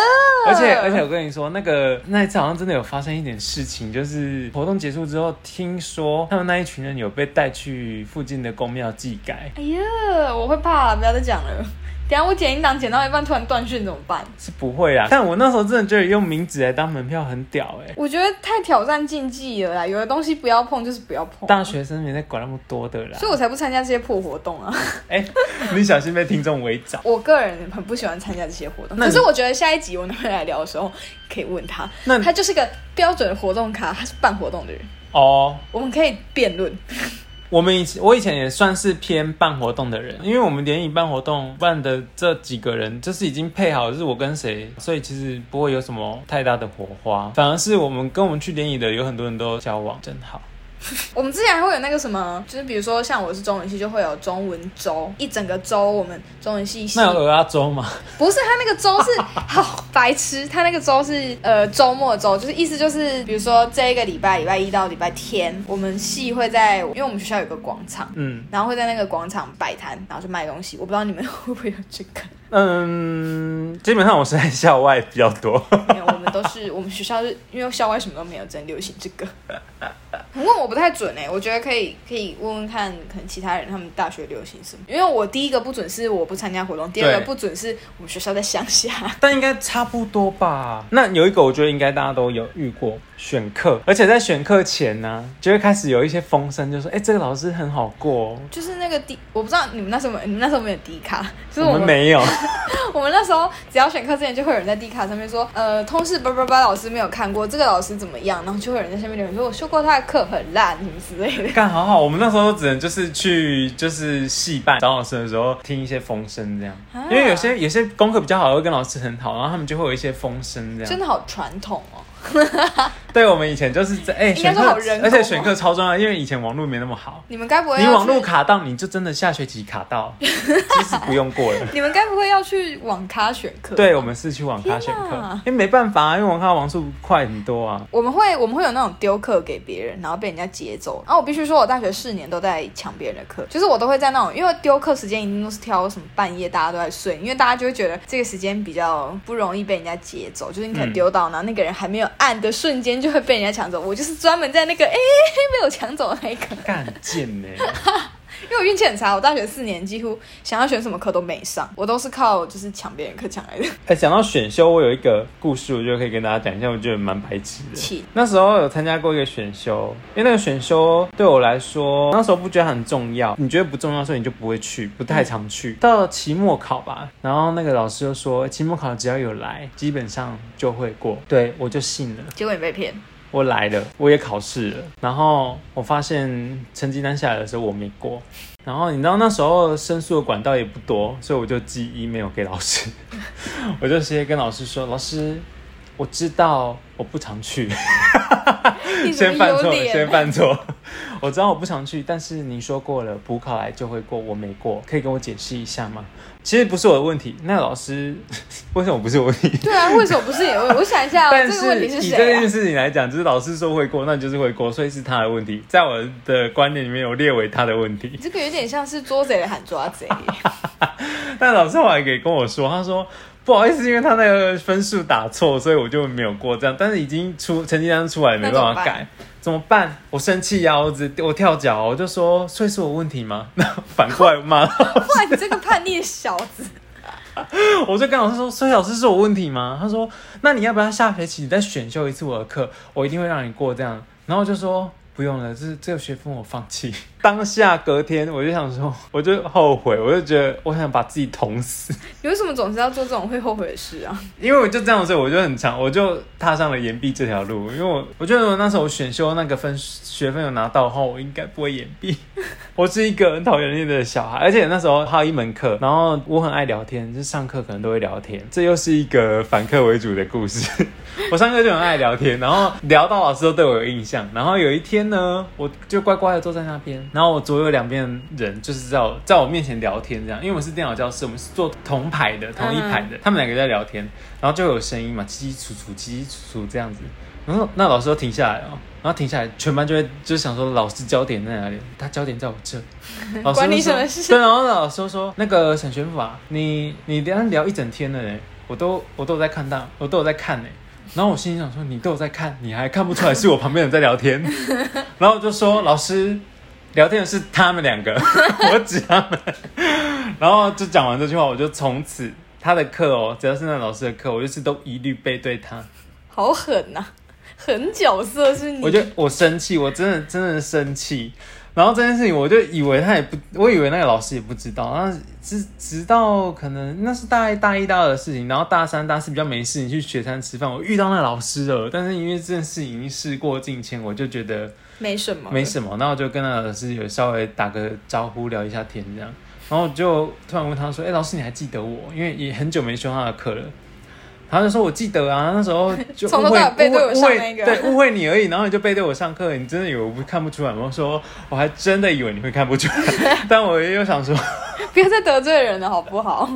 Speaker 1: 而且而且我跟你说，那个那一次好像真的有发生一点事情，就是活动结束之后，听说他们那一群人有被带去附近的公庙祭改，
Speaker 2: 哎呀，我会怕、不要再讲了。等一下我剪音档剪到一半突然断讯怎么办？
Speaker 1: 是不会啦。但我那时候真的觉得用冥纸来当门票很屌哎、
Speaker 2: 我觉得太挑战禁忌了啦，有的东西不要碰就是不要碰，
Speaker 1: 大学生没在管那么多的啦
Speaker 2: 所，以我才不参加这些破活动啊。
Speaker 1: 哎、 你小心被听众围剿。
Speaker 2: 我个人很不喜欢参加这些活动，
Speaker 1: 那
Speaker 2: 可
Speaker 1: 你
Speaker 2: 是我觉得下一集我们来聊的时候可以问他，
Speaker 1: 那
Speaker 2: 他就是个标准的活动咖，他是办活动的人，
Speaker 1: 哦，
Speaker 2: 我们可以辩论。
Speaker 1: 我们以前我以前也算是偏办活动的人，因为我们联谊办活动办的这几个人，就是已经配好是我跟谁，所以其实不会有什么太大的火花。反而是我们跟我们去联谊的有很多人都交往，真好。
Speaker 2: 我们之前还会有那个什么，就是比如说像我是中文系，就会有中文周，一整个周我们中文系系
Speaker 1: 那有鹅阿周吗？
Speaker 2: 不是他那个周是好白痴，他那个周是呃周末周，就是意思就是比如说这一个礼拜礼拜一到礼拜天，我们系会在，因为我们学校有个广场。
Speaker 1: 嗯
Speaker 2: 然后会在那个广场摆摊，然后就卖东西。我不知道你们 会不会有这个。
Speaker 1: 嗯，基本上我是在校外比较多。
Speaker 2: 没有，我们都是我们学校是因为校外什么都没有，只能流行这个。你问我不太准哎、我觉得可以可以问问看，可能其他人他们大学流行什么？因为我第一个不准是我不参加活动，第二个
Speaker 1: 对
Speaker 2: 不准是我们学校在乡下。
Speaker 1: 但应该差不多吧。那有一个我觉得应该大家都有遇过选课，而且在选课前呢、就会开始有一些风声，就说哎、这个老师很好过、哦。
Speaker 2: 就是那个迪，我不知道你们那时候有没有你们那时候有没有迪卡，就是
Speaker 1: 我
Speaker 2: 我
Speaker 1: 们
Speaker 2: 们
Speaker 1: 没有。
Speaker 2: 我们那时候只要选课之前，就会有人在 D 卡上面说，呃，通识叭叭叭老师没有看过，这个老师怎么样？然后就会有人在下面留言说，我修过他的课很烂，什么之类的。
Speaker 1: 干好好，我们那时候只能就是去就是戏办找老师的时候听一些风声这样，
Speaker 2: 啊
Speaker 1: 因为有些有些功课比较好，会跟老师很好，然后他们就会有一些风声这
Speaker 2: 真
Speaker 1: 样。
Speaker 2: 的好传统哦，
Speaker 1: 对，我们以前就是在哎、
Speaker 2: 应
Speaker 1: 选
Speaker 2: 该说
Speaker 1: 课
Speaker 2: 好人，口
Speaker 1: 而且
Speaker 2: 哦
Speaker 1: 选课超重要，因为以前网络没那么好，
Speaker 2: 你们该不会
Speaker 1: 你
Speaker 2: 要
Speaker 1: 网络
Speaker 2: 去？
Speaker 1: 卡到，你就真的下学期卡到，其实不用过 了。
Speaker 2: 你们该不会要去网咖选课？
Speaker 1: 对，我们是去网咖选
Speaker 2: 天
Speaker 1: 课
Speaker 2: 哪，
Speaker 1: 因为没办法啊，因为网咖网速快很多啊。
Speaker 2: 我们会我们会有那种丢课给别人，然后被人家劫走。然后我必须说，我大学四年都在抢别人的课，就是我都会在那种，因为丢课时间一定都是挑什么半夜大家都在睡，因为大家就会觉得这个时间比较不容易被人家劫走，就是你可能丢到，然后那个人还没有按的瞬间就会被人家抢走。我就是专门在那个哎、被我抢走的那一个，
Speaker 1: 干贱欸呢、
Speaker 2: 因为我运气很差，我大学四年几乎想要选什么课都没上，我都是靠就是抢别人课抢来的。
Speaker 1: 哎、讲到选修，我有一个故事，我觉得可以跟大家讲一下，我觉得蛮白痴的
Speaker 2: 请。
Speaker 1: 那时候有参加过一个选修，因为那个选修对我来说，那时候不觉得很重要，你觉得不重要，所以你就不会去，不太常去。到了期末考吧，然后那个老师就说，哎期末考只要有来，基本上就会过。对我就信了，
Speaker 2: 结果你被 骗，
Speaker 1: 我来了，我也考试了，然后我发现成绩单下来的时候我没过，然后你知道那时候申诉的管道也不多，所以我就寄 email 给老师， 我就直接跟老师说，老师，我知道我不常去，
Speaker 2: 你怎
Speaker 1: 先
Speaker 2: 么
Speaker 1: 犯
Speaker 2: 有
Speaker 1: 错，
Speaker 2: 脸？啊
Speaker 1: 先犯错， 我知道我不常去，但是你说过了，补考来就会过，我没过，可以跟我解释一下吗？其实不是我的问题，那个老师 为什么不是我的问题？
Speaker 2: 对啊，为什么不是你？ 我我想一下、哦，
Speaker 1: 但
Speaker 2: 这个问
Speaker 1: 是
Speaker 2: 题是
Speaker 1: 以
Speaker 2: 谁、啊？
Speaker 1: 这件事情来讲，就是老师说会过，那就是会过，所以是他的问题。在我的观念里面，有列为他的问题
Speaker 2: 你。这个有点像是捉贼 喊抓贼，
Speaker 1: 但老师后来给跟我说，他说不好意思，因为他那个分数打错，所以我就没有过这样。但是已经出成绩单出来，没办法改，怎么办？我生气呀、我只我跳脚，啊我就说，所以是我问题吗？ 那反过来骂，
Speaker 2: 哇，你这个叛逆小子！
Speaker 1: 我就跟老师说，所以老师是我问题吗？他说，那你要不要下学期你再选修一次我的课？我一定会让你过这样。然后我就说不用了，这这个学分我放弃。 当下隔天我就想说，我就后悔，我就觉得我想把自己捅死，
Speaker 2: 你为什么总是要做这种会后悔的事啊？
Speaker 1: 因为我就这样，所以我就很长，我就踏上了延毕这条路。因为我我觉得我那时候我选修那个分学分有拿到的话，我应该不会延毕。 我是一个很讨厌厌的小孩，而且那时候还有一门课，然后我很爱聊天，就是上课可能都会聊天，这又是一个反客为主的故事。 我上课就很爱聊天，然后聊到老师都对我有印象。然后有一天呢，我就乖乖的坐在那边，然后我左右两边的人就是在我在我面前聊天这样，因为我们是电脑教室，我们是坐同排的，同一排的，他们两个在聊天，然后就有声音嘛，叽叽楚楚，叽叽楚楚这样子。然后嗯那老师都停下来哦，然后停下来，全班就会就想说老师焦点在哪里？他焦点在我 这，老师就
Speaker 2: 关你
Speaker 1: 说
Speaker 2: 什么事
Speaker 1: 对，然后老师就说那个沈玄法，你你等一下聊一整天了嘞，我都我都有在看到，我都有在看呢。然后我心里想说，你都有在看，你还看不出来是我旁边人在聊 天？然后我就说老师，聊天的是他们两 个，我指他们。然后就讲完这句话，我就从此他的课哦，只要是那老师的课，我就是都一律背对他。
Speaker 2: 好狠呐、狠角色是你。
Speaker 1: 我就我生气，我真的真的生气。然后这件事情，我就以为他也不，我以为那个老师也不知道。然后直直到可能那是大一、大一、大二的事情，然后大三、大四比较没事情去雪山吃饭，我遇到那老师了。但是因为这件事情已经事过境迁，我就觉得
Speaker 2: 没什么，
Speaker 1: 没什么。那我就跟那老师有稍微打个招呼，聊一下天这样。然后我就突然问他说：“哎、老师你还记得我？因为也很久没修他的课了。”他就说：“我记得啊，那时候就
Speaker 2: 从
Speaker 1: 误
Speaker 2: 头
Speaker 1: 会
Speaker 2: 到尾背对
Speaker 1: 误
Speaker 2: 我
Speaker 1: 会
Speaker 2: 上那个
Speaker 1: 对误会你而已，然后你就背对我上课，你真的以为我不看不出来吗？”我说：“我还真的以为你会看不出来， 但我又想说，
Speaker 2: 不要再得罪人了，好不好？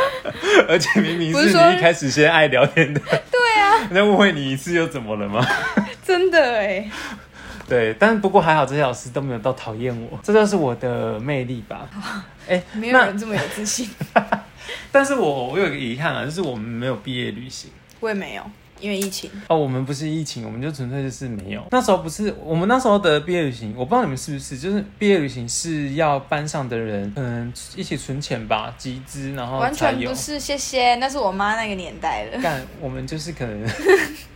Speaker 1: 而且明明
Speaker 2: 不是
Speaker 1: 是
Speaker 2: 说
Speaker 1: 你一开始先爱聊天的，
Speaker 2: 对啊，
Speaker 1: 那误会你一次又怎么了吗？”
Speaker 2: 真的哎，
Speaker 1: 对，但不过还好这些老师都没有到讨厌我，这就是我的魅力吧。哎、
Speaker 2: 没有
Speaker 1: 那
Speaker 2: 人这么有自信，
Speaker 1: 但是我我有一个遗憾啊，就是我们没有毕业旅行
Speaker 2: 我也没有，因为疫情。
Speaker 1: 哦，我们不是疫情，我们就纯粹就是没有。那时候不是我们那时候的毕业旅行，我不知道你们是不是，就是毕业旅行是要班上的人可能一起存钱吧，集资然后
Speaker 2: 完
Speaker 1: 哦才
Speaker 2: 全
Speaker 1: 有
Speaker 2: 不。是，谢谢，那是我妈那个年代了，
Speaker 1: 干，我们就是可能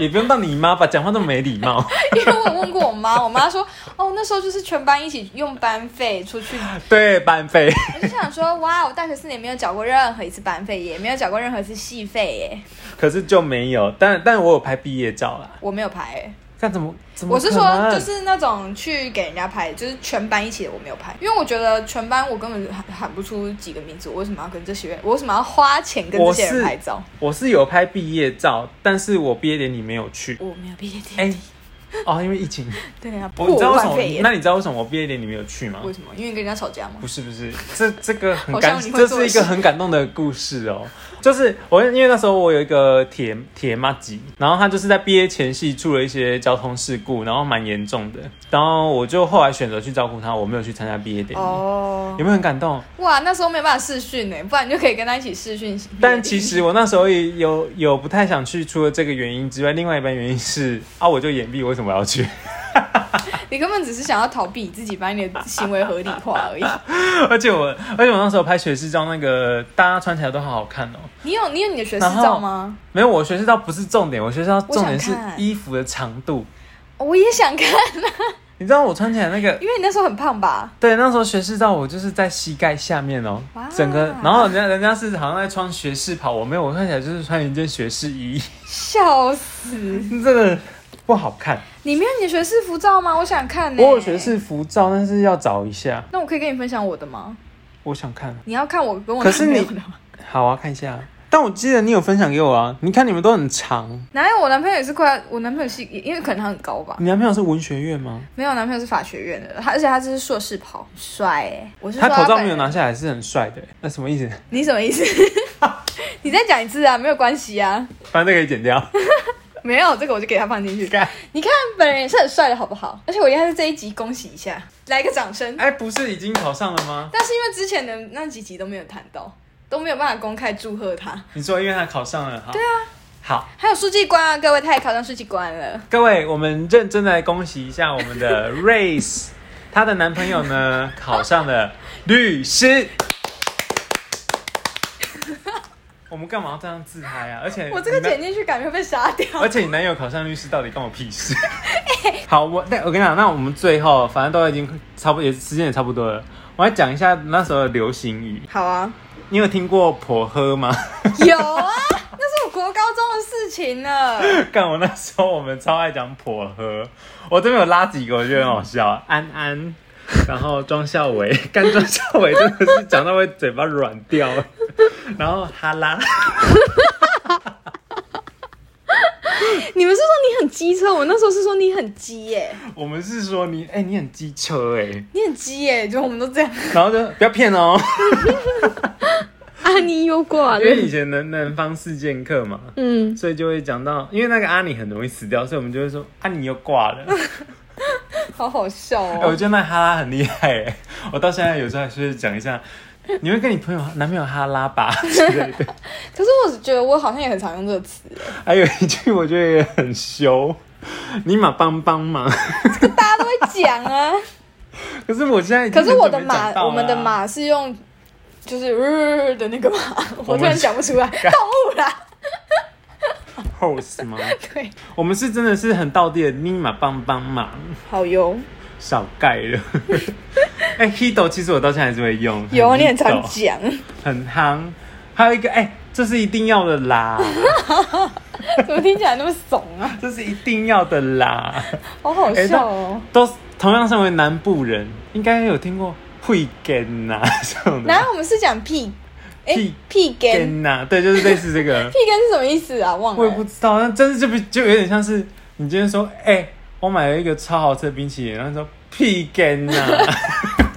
Speaker 1: 也不用到你妈吧，讲话那么没礼 貌。
Speaker 2: 因为我问过我妈，我妈说，哦，那时候就是全班一起用班费出去
Speaker 1: 对，班费。
Speaker 2: 我就想说，哇，我大学四年没有缴过任何一次班费，也没有缴过任何一次戏费，耶，
Speaker 1: 可是就没有，但但我有拍毕业照啦。
Speaker 2: 我没有排耶，
Speaker 1: 这样怎么怎么
Speaker 2: 我
Speaker 1: 可
Speaker 2: 是
Speaker 1: 能？
Speaker 2: 说，就是那种去给人家拍，就是全班一起的，我没有拍，因为我觉得全班我根本喊喊不出几个名字，我为什么要跟这些人，我为什么要花钱跟这些
Speaker 1: 我是
Speaker 2: 人拍照？
Speaker 1: 我是有拍毕业照，但是我毕业典礼没有去。
Speaker 2: 我没有毕业典
Speaker 1: 哎、
Speaker 2: 礼，
Speaker 1: 哦，因为疫情，
Speaker 2: 对啊，
Speaker 1: 我你知道为什
Speaker 2: 破万肺
Speaker 1: 么？
Speaker 2: 炎
Speaker 1: 那，你知道为什么我毕业典礼没有去吗
Speaker 2: 为？什么？因为跟人家吵架吗
Speaker 1: 不？是不是，这这个很
Speaker 2: 好
Speaker 1: 感，
Speaker 2: 像你会
Speaker 1: 这
Speaker 2: 做
Speaker 1: 是
Speaker 2: 的
Speaker 1: 一个
Speaker 2: 事
Speaker 1: 很感动的故事哦。就是我因为那时候我有一个铁铁妈吉，然后他就是在毕业前夕出了一些交通事故，然后蛮严重的，然后我就后来选择去照顾他，我没有去参加毕业典礼。
Speaker 2: 哦
Speaker 1: 有，没有很感动？
Speaker 2: 哇，那时候没办法视讯呢，不然你就可以跟他一起视讯。
Speaker 1: 但其实我那时候也有有不太想去，除了这个原因之外，另外一半原因是 啊，我就眼闭，为什么要去？
Speaker 2: 你根本只是想要逃避自己，把你的行为合理 化而已。
Speaker 1: 而且我而且我那时候拍学士照，那个大家穿起来都好好看哦。
Speaker 2: 你有你有你的学士照吗？
Speaker 1: 没有，我学士照不是重点，我学士照重点是
Speaker 2: 我想看
Speaker 1: 衣服的长度。
Speaker 2: 我也想看，
Speaker 1: 你知道我穿起来那个？
Speaker 2: 因为你那时候很胖吧？
Speaker 1: 对，那时候学士照我就是在膝盖下面哦
Speaker 2: 哇，
Speaker 1: 整个，然后人家人家是好像在穿学士袍，我没有，我看起来就是穿一件学士衣，
Speaker 2: 笑死！
Speaker 1: 这个不好看。
Speaker 2: 你没有你的学士服照吗？我想看呢、
Speaker 1: 我有学士服照，但是要找一下，
Speaker 2: 那我可以跟你分享我的吗？
Speaker 1: 我想看。
Speaker 2: 你要看我跟我
Speaker 1: 可是
Speaker 2: 男
Speaker 1: 你
Speaker 2: 朋友的吗？
Speaker 1: 好啊，看一下。但我记得你有分享给我啊，你看你们都很长。
Speaker 2: 哪有我男朋友也是快要，我男朋友是因为可能他很高吧，
Speaker 1: 你男朋友是文学院吗？
Speaker 2: 没有我男朋友是法学院的，他而且他这是硕士袍，帅哎、我是
Speaker 1: 他
Speaker 2: 说
Speaker 1: 口罩没
Speaker 2: 本
Speaker 1: 有
Speaker 2: 人
Speaker 1: 拿下来是很帅的、那什么意思？
Speaker 2: 你什么意思？ 你再讲一次啊，没有关系啊，
Speaker 1: 反正这可以剪 掉。
Speaker 2: 没有这个我就给他放进去。
Speaker 1: 干
Speaker 2: 你看本人也是很帅的好不好？而且我应该是这一集恭喜一下，来个掌声。
Speaker 1: 哎、不是已经考上了吗？
Speaker 2: 但是因为之前的那几集都没有谈到，都没有办法公开祝贺他。
Speaker 1: 你说因为他考上了，好。对啊。好，
Speaker 2: 还有书记官啊，各位他也考上书记官 了，
Speaker 1: 各位，我们认真的恭喜一下我们的 Race，她的男朋友呢考上了律 师。我们干嘛要这样自嗨啊？而且
Speaker 2: 我这个
Speaker 1: 你男
Speaker 2: 剪进去感觉会被杀掉。
Speaker 1: 而且你男友考上律师，到底关我屁事？好，我那我跟你讲，那我们最后反正都已经差不多，也时间也差不多了。我来讲一下那时候的流行语。
Speaker 2: 好啊，
Speaker 1: 你有听过婆喝吗？
Speaker 2: 有啊，那是我国高中的事情了。
Speaker 1: 干我那时候我们超爱讲婆喝，我这边有拉几个，我觉得很好笑。安安，然后庄孝伟，干庄孝伟真的是讲到会嘴巴软掉。然后哈拉，
Speaker 2: 你们是说你很机车，我那时候是说你很鸡耶、
Speaker 1: 我们是说你，哎、你很机车哎、
Speaker 2: 你很鸡耶、就我们都这样。
Speaker 1: 然后就不要骗哦，
Speaker 2: 啊，你有挂
Speaker 1: 因为以前南南方四剑客嘛，
Speaker 2: 嗯，
Speaker 1: 所以就会讲到，因为那个阿尼很容易死掉，所以我们就会说阿尼又挂了。
Speaker 2: 好好笑
Speaker 1: 哎我
Speaker 2: 哦。
Speaker 1: 觉得那哈拉很厉害哎，我到现在有时候还是讲一下，哎你会跟你朋友男朋友哈拉吧之类的。
Speaker 2: 可是我觉得我好像也很常用这个词，
Speaker 1: 还有一句我觉得也很羞，你马帮帮忙。
Speaker 2: 大家都会讲啊。
Speaker 1: 可是我现在已经
Speaker 2: 可是我的
Speaker 1: 很久没讲
Speaker 2: 马，
Speaker 1: 到了啊
Speaker 2: 我们的，马是用就是、呃、的 那个马，
Speaker 1: 我
Speaker 2: 我
Speaker 1: 们
Speaker 2: 突然讲不出来，动物啦。
Speaker 1: horse 吗？
Speaker 2: 对，
Speaker 1: 我们是真的是很道地的，你马帮帮忙，
Speaker 2: 好油，
Speaker 1: 少盖 了。哎、h i d o 其实我到现在还是会用，
Speaker 2: 油啊你很
Speaker 1: Hido
Speaker 2: 常讲，
Speaker 1: 很夯。还有一个，哎、这是一定要的 啦，
Speaker 2: 怎么听起来那么怂啊？
Speaker 1: 这是一定要的啦。
Speaker 2: 好好
Speaker 1: 哎
Speaker 2: 笑哦。
Speaker 1: 都是同样身为南部人，应该有听过会根呐这种
Speaker 2: 然
Speaker 1: 的。
Speaker 2: 后我们是讲屁，哎
Speaker 1: 屁
Speaker 2: 屁根，。
Speaker 1: 根呐，对，就是类似这个
Speaker 2: 屁根是什么意思啊？忘
Speaker 1: 我也不
Speaker 2: 了。
Speaker 1: 知道，但真的就不就有点像是你今天说，哎、我买了一个超好吃的冰淇淋，然后你说屁根呐，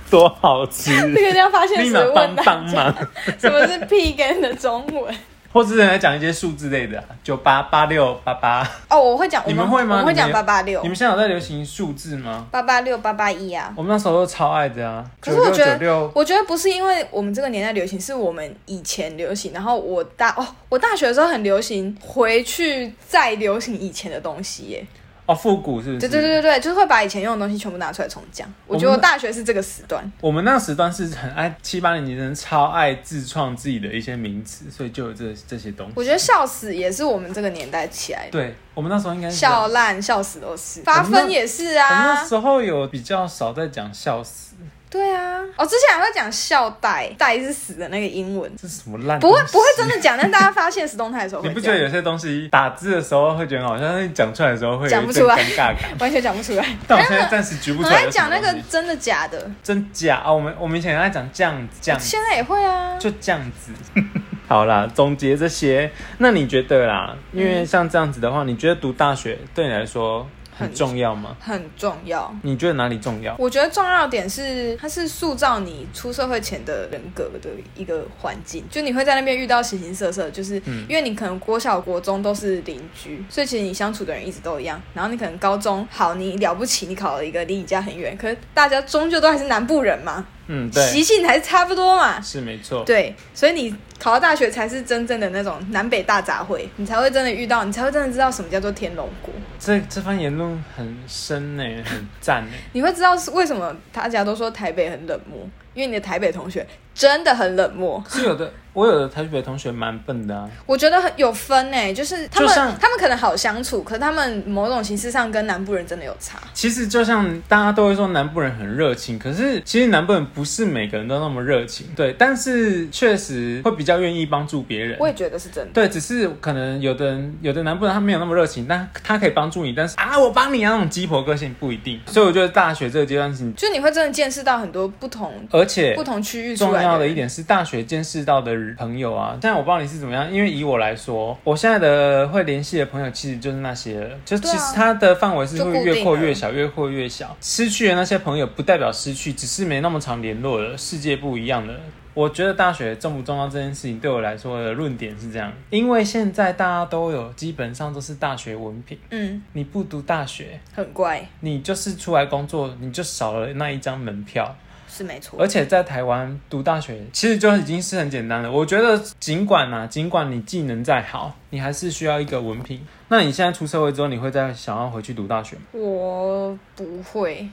Speaker 1: 多好吃，
Speaker 2: 这个一定要发现
Speaker 1: 立
Speaker 2: 谁
Speaker 1: 马
Speaker 2: 问
Speaker 1: 帮
Speaker 2: 大
Speaker 1: 帮
Speaker 2: 家
Speaker 1: 忙，
Speaker 2: 什么是屁根的中文？
Speaker 1: 或者来讲一些数字类的、啊，九八八六八八。
Speaker 2: 哦，我会讲，
Speaker 1: 你
Speaker 2: 我
Speaker 1: 们会吗
Speaker 2: 我们会
Speaker 1: 你
Speaker 2: 讲
Speaker 1: 们
Speaker 2: 八八六
Speaker 1: 你、们现在有在流行数字吗？
Speaker 2: 八八六、八八一啊。
Speaker 1: 我们那时候都超爱的啊，
Speaker 2: 可
Speaker 1: 九
Speaker 2: 是我
Speaker 1: 六
Speaker 2: 觉
Speaker 1: 九
Speaker 2: 得
Speaker 1: 六，，
Speaker 2: 我觉得不是因为我们这个年代流行，是我们以前流行。然后我大哦，我大学的时候很流行，回去再流行以前的东西耶。
Speaker 1: 哦，复古是不是？
Speaker 2: 对对对对对，就是会把以前用的东西全部拿出来重讲。我觉得
Speaker 1: 我
Speaker 2: 我
Speaker 1: 们
Speaker 2: 大学是这个时段，
Speaker 1: 我们那时段是很爱七八年级生超爱自创自己的一些名词，所以就有这这些东西。
Speaker 2: 我觉得笑死也是我们这个年代起来的，
Speaker 1: 对我们那时候应该是我
Speaker 2: 笑
Speaker 1: 们
Speaker 2: 烂、笑死都是，八
Speaker 1: 我们
Speaker 2: 分
Speaker 1: 那
Speaker 2: 也是
Speaker 1: 那
Speaker 2: 啊
Speaker 1: 时。候有比较少在讲笑死，
Speaker 2: 对啊，哦，之前还会讲笑带，带是死的那个英文，
Speaker 1: 这是什么烂
Speaker 2: 不
Speaker 1: 东西？
Speaker 2: 会不会真的讲，但大家发现实动态的时候会
Speaker 1: 你不觉
Speaker 2: 讲
Speaker 1: 得有些东西打字的时候会觉得很好笑，但是讲出来的时候会有
Speaker 2: 讲
Speaker 1: 一
Speaker 2: 不
Speaker 1: 阵
Speaker 2: 出来
Speaker 1: 尴尬 感？
Speaker 2: 完全讲不出来。
Speaker 1: 但我现在暂时举不出
Speaker 2: 很
Speaker 1: 来
Speaker 2: 爱
Speaker 1: 有什么
Speaker 2: 讲
Speaker 1: 东
Speaker 2: 那
Speaker 1: 西。
Speaker 2: 个真的假的，
Speaker 1: 真假啊！我们我们以前在讲酱酱，
Speaker 2: 现在也会啊。
Speaker 1: 就这样子。 好啦，总结这些，那你觉得啦？因为像这样子的话，你觉得读大学对你来说很
Speaker 2: 很
Speaker 1: 重要吗？
Speaker 2: 很重要。
Speaker 1: 你觉得哪里重要？
Speaker 2: 我觉得重要的点是，它是塑造你出社会前的人格的一个环境，就你会在那边遇到形形色色，就是
Speaker 1: 嗯
Speaker 2: 因为你可能国小、国中都是邻居，所以其实你相处的人一直都一样。然后你可能高中好，你了不起，你考了一个离你家很远，可是大家终究都还是南部人嘛，
Speaker 1: 嗯，对，
Speaker 2: 习性还是差不多嘛。
Speaker 1: 是没错。
Speaker 2: 对，所以你考到大学才是真正的那种南北大杂烩，你才会真的遇到，你才会真的知道什么叫做天龙国。
Speaker 1: 这这番言论很深呢、欸很赞呢、
Speaker 2: 你会知道是为什么大家都说台北很冷漠，因为你的台北同学真的很冷漠。
Speaker 1: 是有的，我有的台北同学蛮笨的啊，
Speaker 2: 我觉得很有分诶、就是他们
Speaker 1: 就像
Speaker 2: 他们可能好相处，可是他们某种形式上跟南部人真的有差。
Speaker 1: 其实就像大家都会说南部人很热情，可是其实南部人不是每个人都那么热情，对，但是确实会比较愿意帮助别人
Speaker 2: 我。也觉得是真的。
Speaker 1: 对，只是可能有的人有的南部人他没有那么热情，但他可以帮助你，但是啊，我帮你啊那种鸡婆个性不一定。所以我觉得大学这个阶段是，
Speaker 2: 就你会真的见识到很多不同
Speaker 1: 而且
Speaker 2: 不同区域出
Speaker 1: 重
Speaker 2: 来
Speaker 1: 要
Speaker 2: 的
Speaker 1: 的一
Speaker 2: 人，
Speaker 1: 点是，大学见识到的朋友啊，但我不知道你是怎么样，因为以我来说，我现在的会联系的朋友其实就是那些了，就
Speaker 2: 对啊
Speaker 1: 其实它的范围是
Speaker 2: 就
Speaker 1: 会
Speaker 2: 固定
Speaker 1: 越扩
Speaker 2: 了
Speaker 1: 越小，越扩越小。失去的那些朋友不代表失去，只是没那么常联络了，世界不一样了。我觉得大学重不重要这件事情，对我来说的论点是这样，因为现在大家都有基本上都是大学文凭，
Speaker 2: 嗯，
Speaker 1: 你不读大学，
Speaker 2: 很乖，
Speaker 1: 你就是出来工作，你就少了那一张门票。
Speaker 2: 是没错。
Speaker 1: 而且在台湾读大学，其实就已经是很简单了。我觉得，尽管啊，尽管你技能再好，你还是需要一个文凭。那你现在出社会之后，你会再想要回去读大学吗？
Speaker 2: 我不会，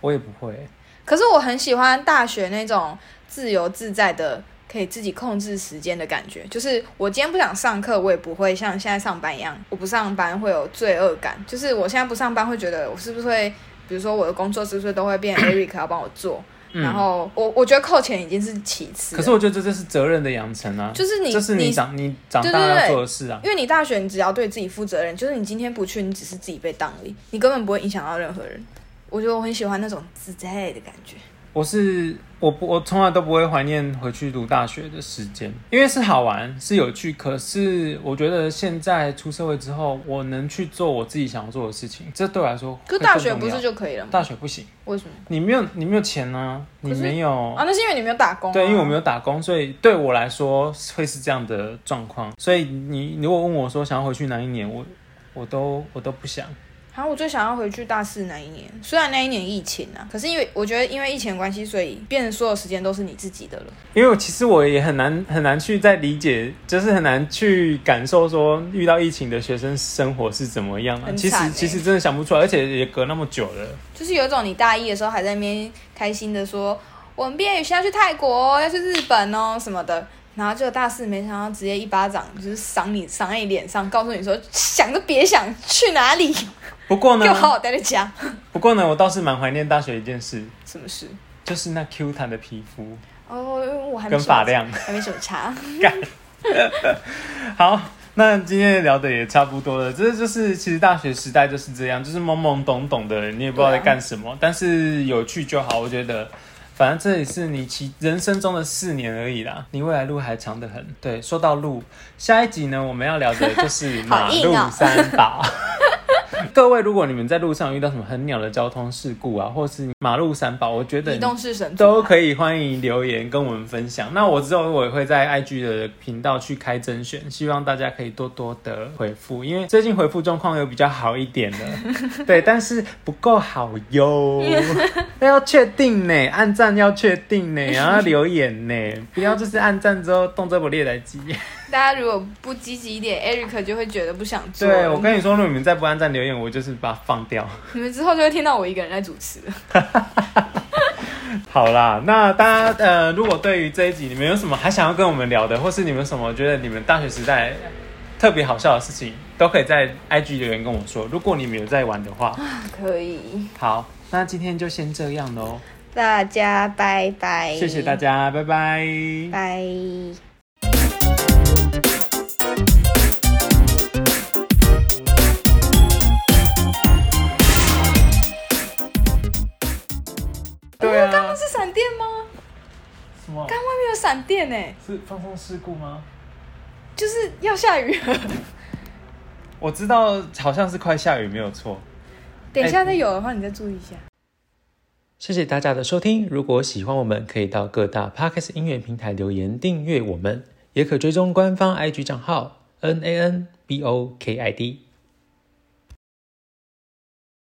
Speaker 1: 我也不会欸、
Speaker 2: 可是我很喜欢大学那种自由自在的，可以自己控制时间的感觉。就是我今天不想上课，我也不会像现在上班一样，我不上班会有罪恶感。就是我现在不上班，会觉得我是不是会，比如说我的工作是不是都会变 Eric 要帮我做？嗯然后我我觉得扣钱已经是其次
Speaker 1: 嗯
Speaker 2: 了，
Speaker 1: 可是我觉得这就是责任的养成啊，
Speaker 2: 就是你
Speaker 1: 这是
Speaker 2: 你
Speaker 1: 你长你长
Speaker 2: 对
Speaker 1: 大
Speaker 2: 对对
Speaker 1: 要做的事啊。
Speaker 2: 因为你大学你只要对自己负责任，就是你今天不去，你只是自己被当而已，你根本不会影响到任何人。我觉得我很喜欢那种自在的感觉。
Speaker 1: 我是我不我从来都不会怀念回去读大学的时间，因为是好玩是有趣。可是我觉得现在出社会之后，我能去做我自己想要做的事情，这对我来说
Speaker 2: 可
Speaker 1: 会
Speaker 2: 是大
Speaker 1: 更
Speaker 2: 学
Speaker 1: 重
Speaker 2: 不
Speaker 1: 要
Speaker 2: 是就可以了吗？
Speaker 1: 大学不行。
Speaker 2: 为什么？
Speaker 1: 你没有，你没有钱呢、
Speaker 2: 可
Speaker 1: 你
Speaker 2: 是
Speaker 1: 没有。
Speaker 2: 啊，那是因为你没有打工、啊。
Speaker 1: 哦对，因为我没有打工，所以对我来说会是这样的状况。所以你如果问我说想要回去哪一年，我我都我都不想。
Speaker 2: 然后我最想要回去大四那一年，虽然那一年疫情啊，可是因为我觉得因为疫情的关系，所以变成所有时间都是你自己的了。
Speaker 1: 因为我其实我也很难很难去再理解，就是很难去感受说遇到疫情的学生生活是怎么样啊。
Speaker 2: 很
Speaker 1: 其实
Speaker 2: 惨欸
Speaker 1: 其实真的想不出来，而且也隔那么久了。
Speaker 2: 就是有一种你大一的时候还在那边开心的说，我们毕业旅行要去泰国、哦，要去日本哦什么的，然后就大四没想到直接一巴掌就是赏你赏在你脸上，告诉你说想都别想去哪里，
Speaker 1: 不过
Speaker 2: 给我好
Speaker 1: 呢，
Speaker 2: 好待在家。
Speaker 1: 不过呢，我倒是蛮怀念大学一件事，
Speaker 2: 什么事？
Speaker 1: 就是那 Q 弹的皮肤
Speaker 2: 哦，我还没
Speaker 1: 跟
Speaker 2: 什么
Speaker 1: 发量。
Speaker 2: 还没什么差。
Speaker 1: 好，那今天聊的也差不多了。这就是其实大学时代就是这样，就是懵懵懂懂的，你也不知道在干什么，但是有趣就好。我觉得，反正这也是你其人生中的四年而已啦，你未来路还长得很。对，说到路，下一集呢我们要聊的就是马
Speaker 2: 好硬
Speaker 1: 路
Speaker 2: 哦
Speaker 1: 三宝。 各位，如果你们在路上遇到什么很鸟的交通事故啊，或是马路三宝，我觉得
Speaker 2: 移
Speaker 1: 你
Speaker 2: 动式神啊族
Speaker 1: 都可以，欢迎留言跟我们分享。那我之后我也会在 IG 的频道去开甄选，希望大家可以多多的回复，因为最近回复状况有比较好一点了，对，但是不够好哟。那要确定呢，按赞要确定呢，然后留言呢，不要就是按赞之后动这不列来记。
Speaker 2: 大家如果不积极一点，Eric 就会觉得不想做了。
Speaker 1: 对我跟你说，如果你们再不按赞留言，我就是把它放掉。
Speaker 2: 你们之后就会听到我一个人在主持了。
Speaker 1: 好啦，那大家呃，如果对于这一集你们有什么还想要跟我们聊的，或是你们有什么觉得你们大学时代特别好笑的事情，都可以在 IG 留言跟我说。如果你们有在玩的话，
Speaker 2: 可以，
Speaker 1: 好，那今天就先这样喽，
Speaker 2: 大家拜拜，
Speaker 1: 谢谢大，家，拜拜。
Speaker 2: 拜。
Speaker 1: 对
Speaker 2: 哦刚刚
Speaker 1: 啊，
Speaker 2: 是闪电吗？
Speaker 1: 什么
Speaker 2: 刚？刚外面有闪电哎，
Speaker 1: 是放松事故吗？
Speaker 2: 就是要下雨了。
Speaker 1: 我知道，好像是快下雨，没有错。
Speaker 2: 等
Speaker 1: 哎
Speaker 2: 一下再有的话，你再注意一下。
Speaker 1: 谢谢大家的收听。如果喜欢我们，可以到各大 Podcast 音乐平台留言订阅我们，也可追踪官方 IG 账号 N A N B O K I D。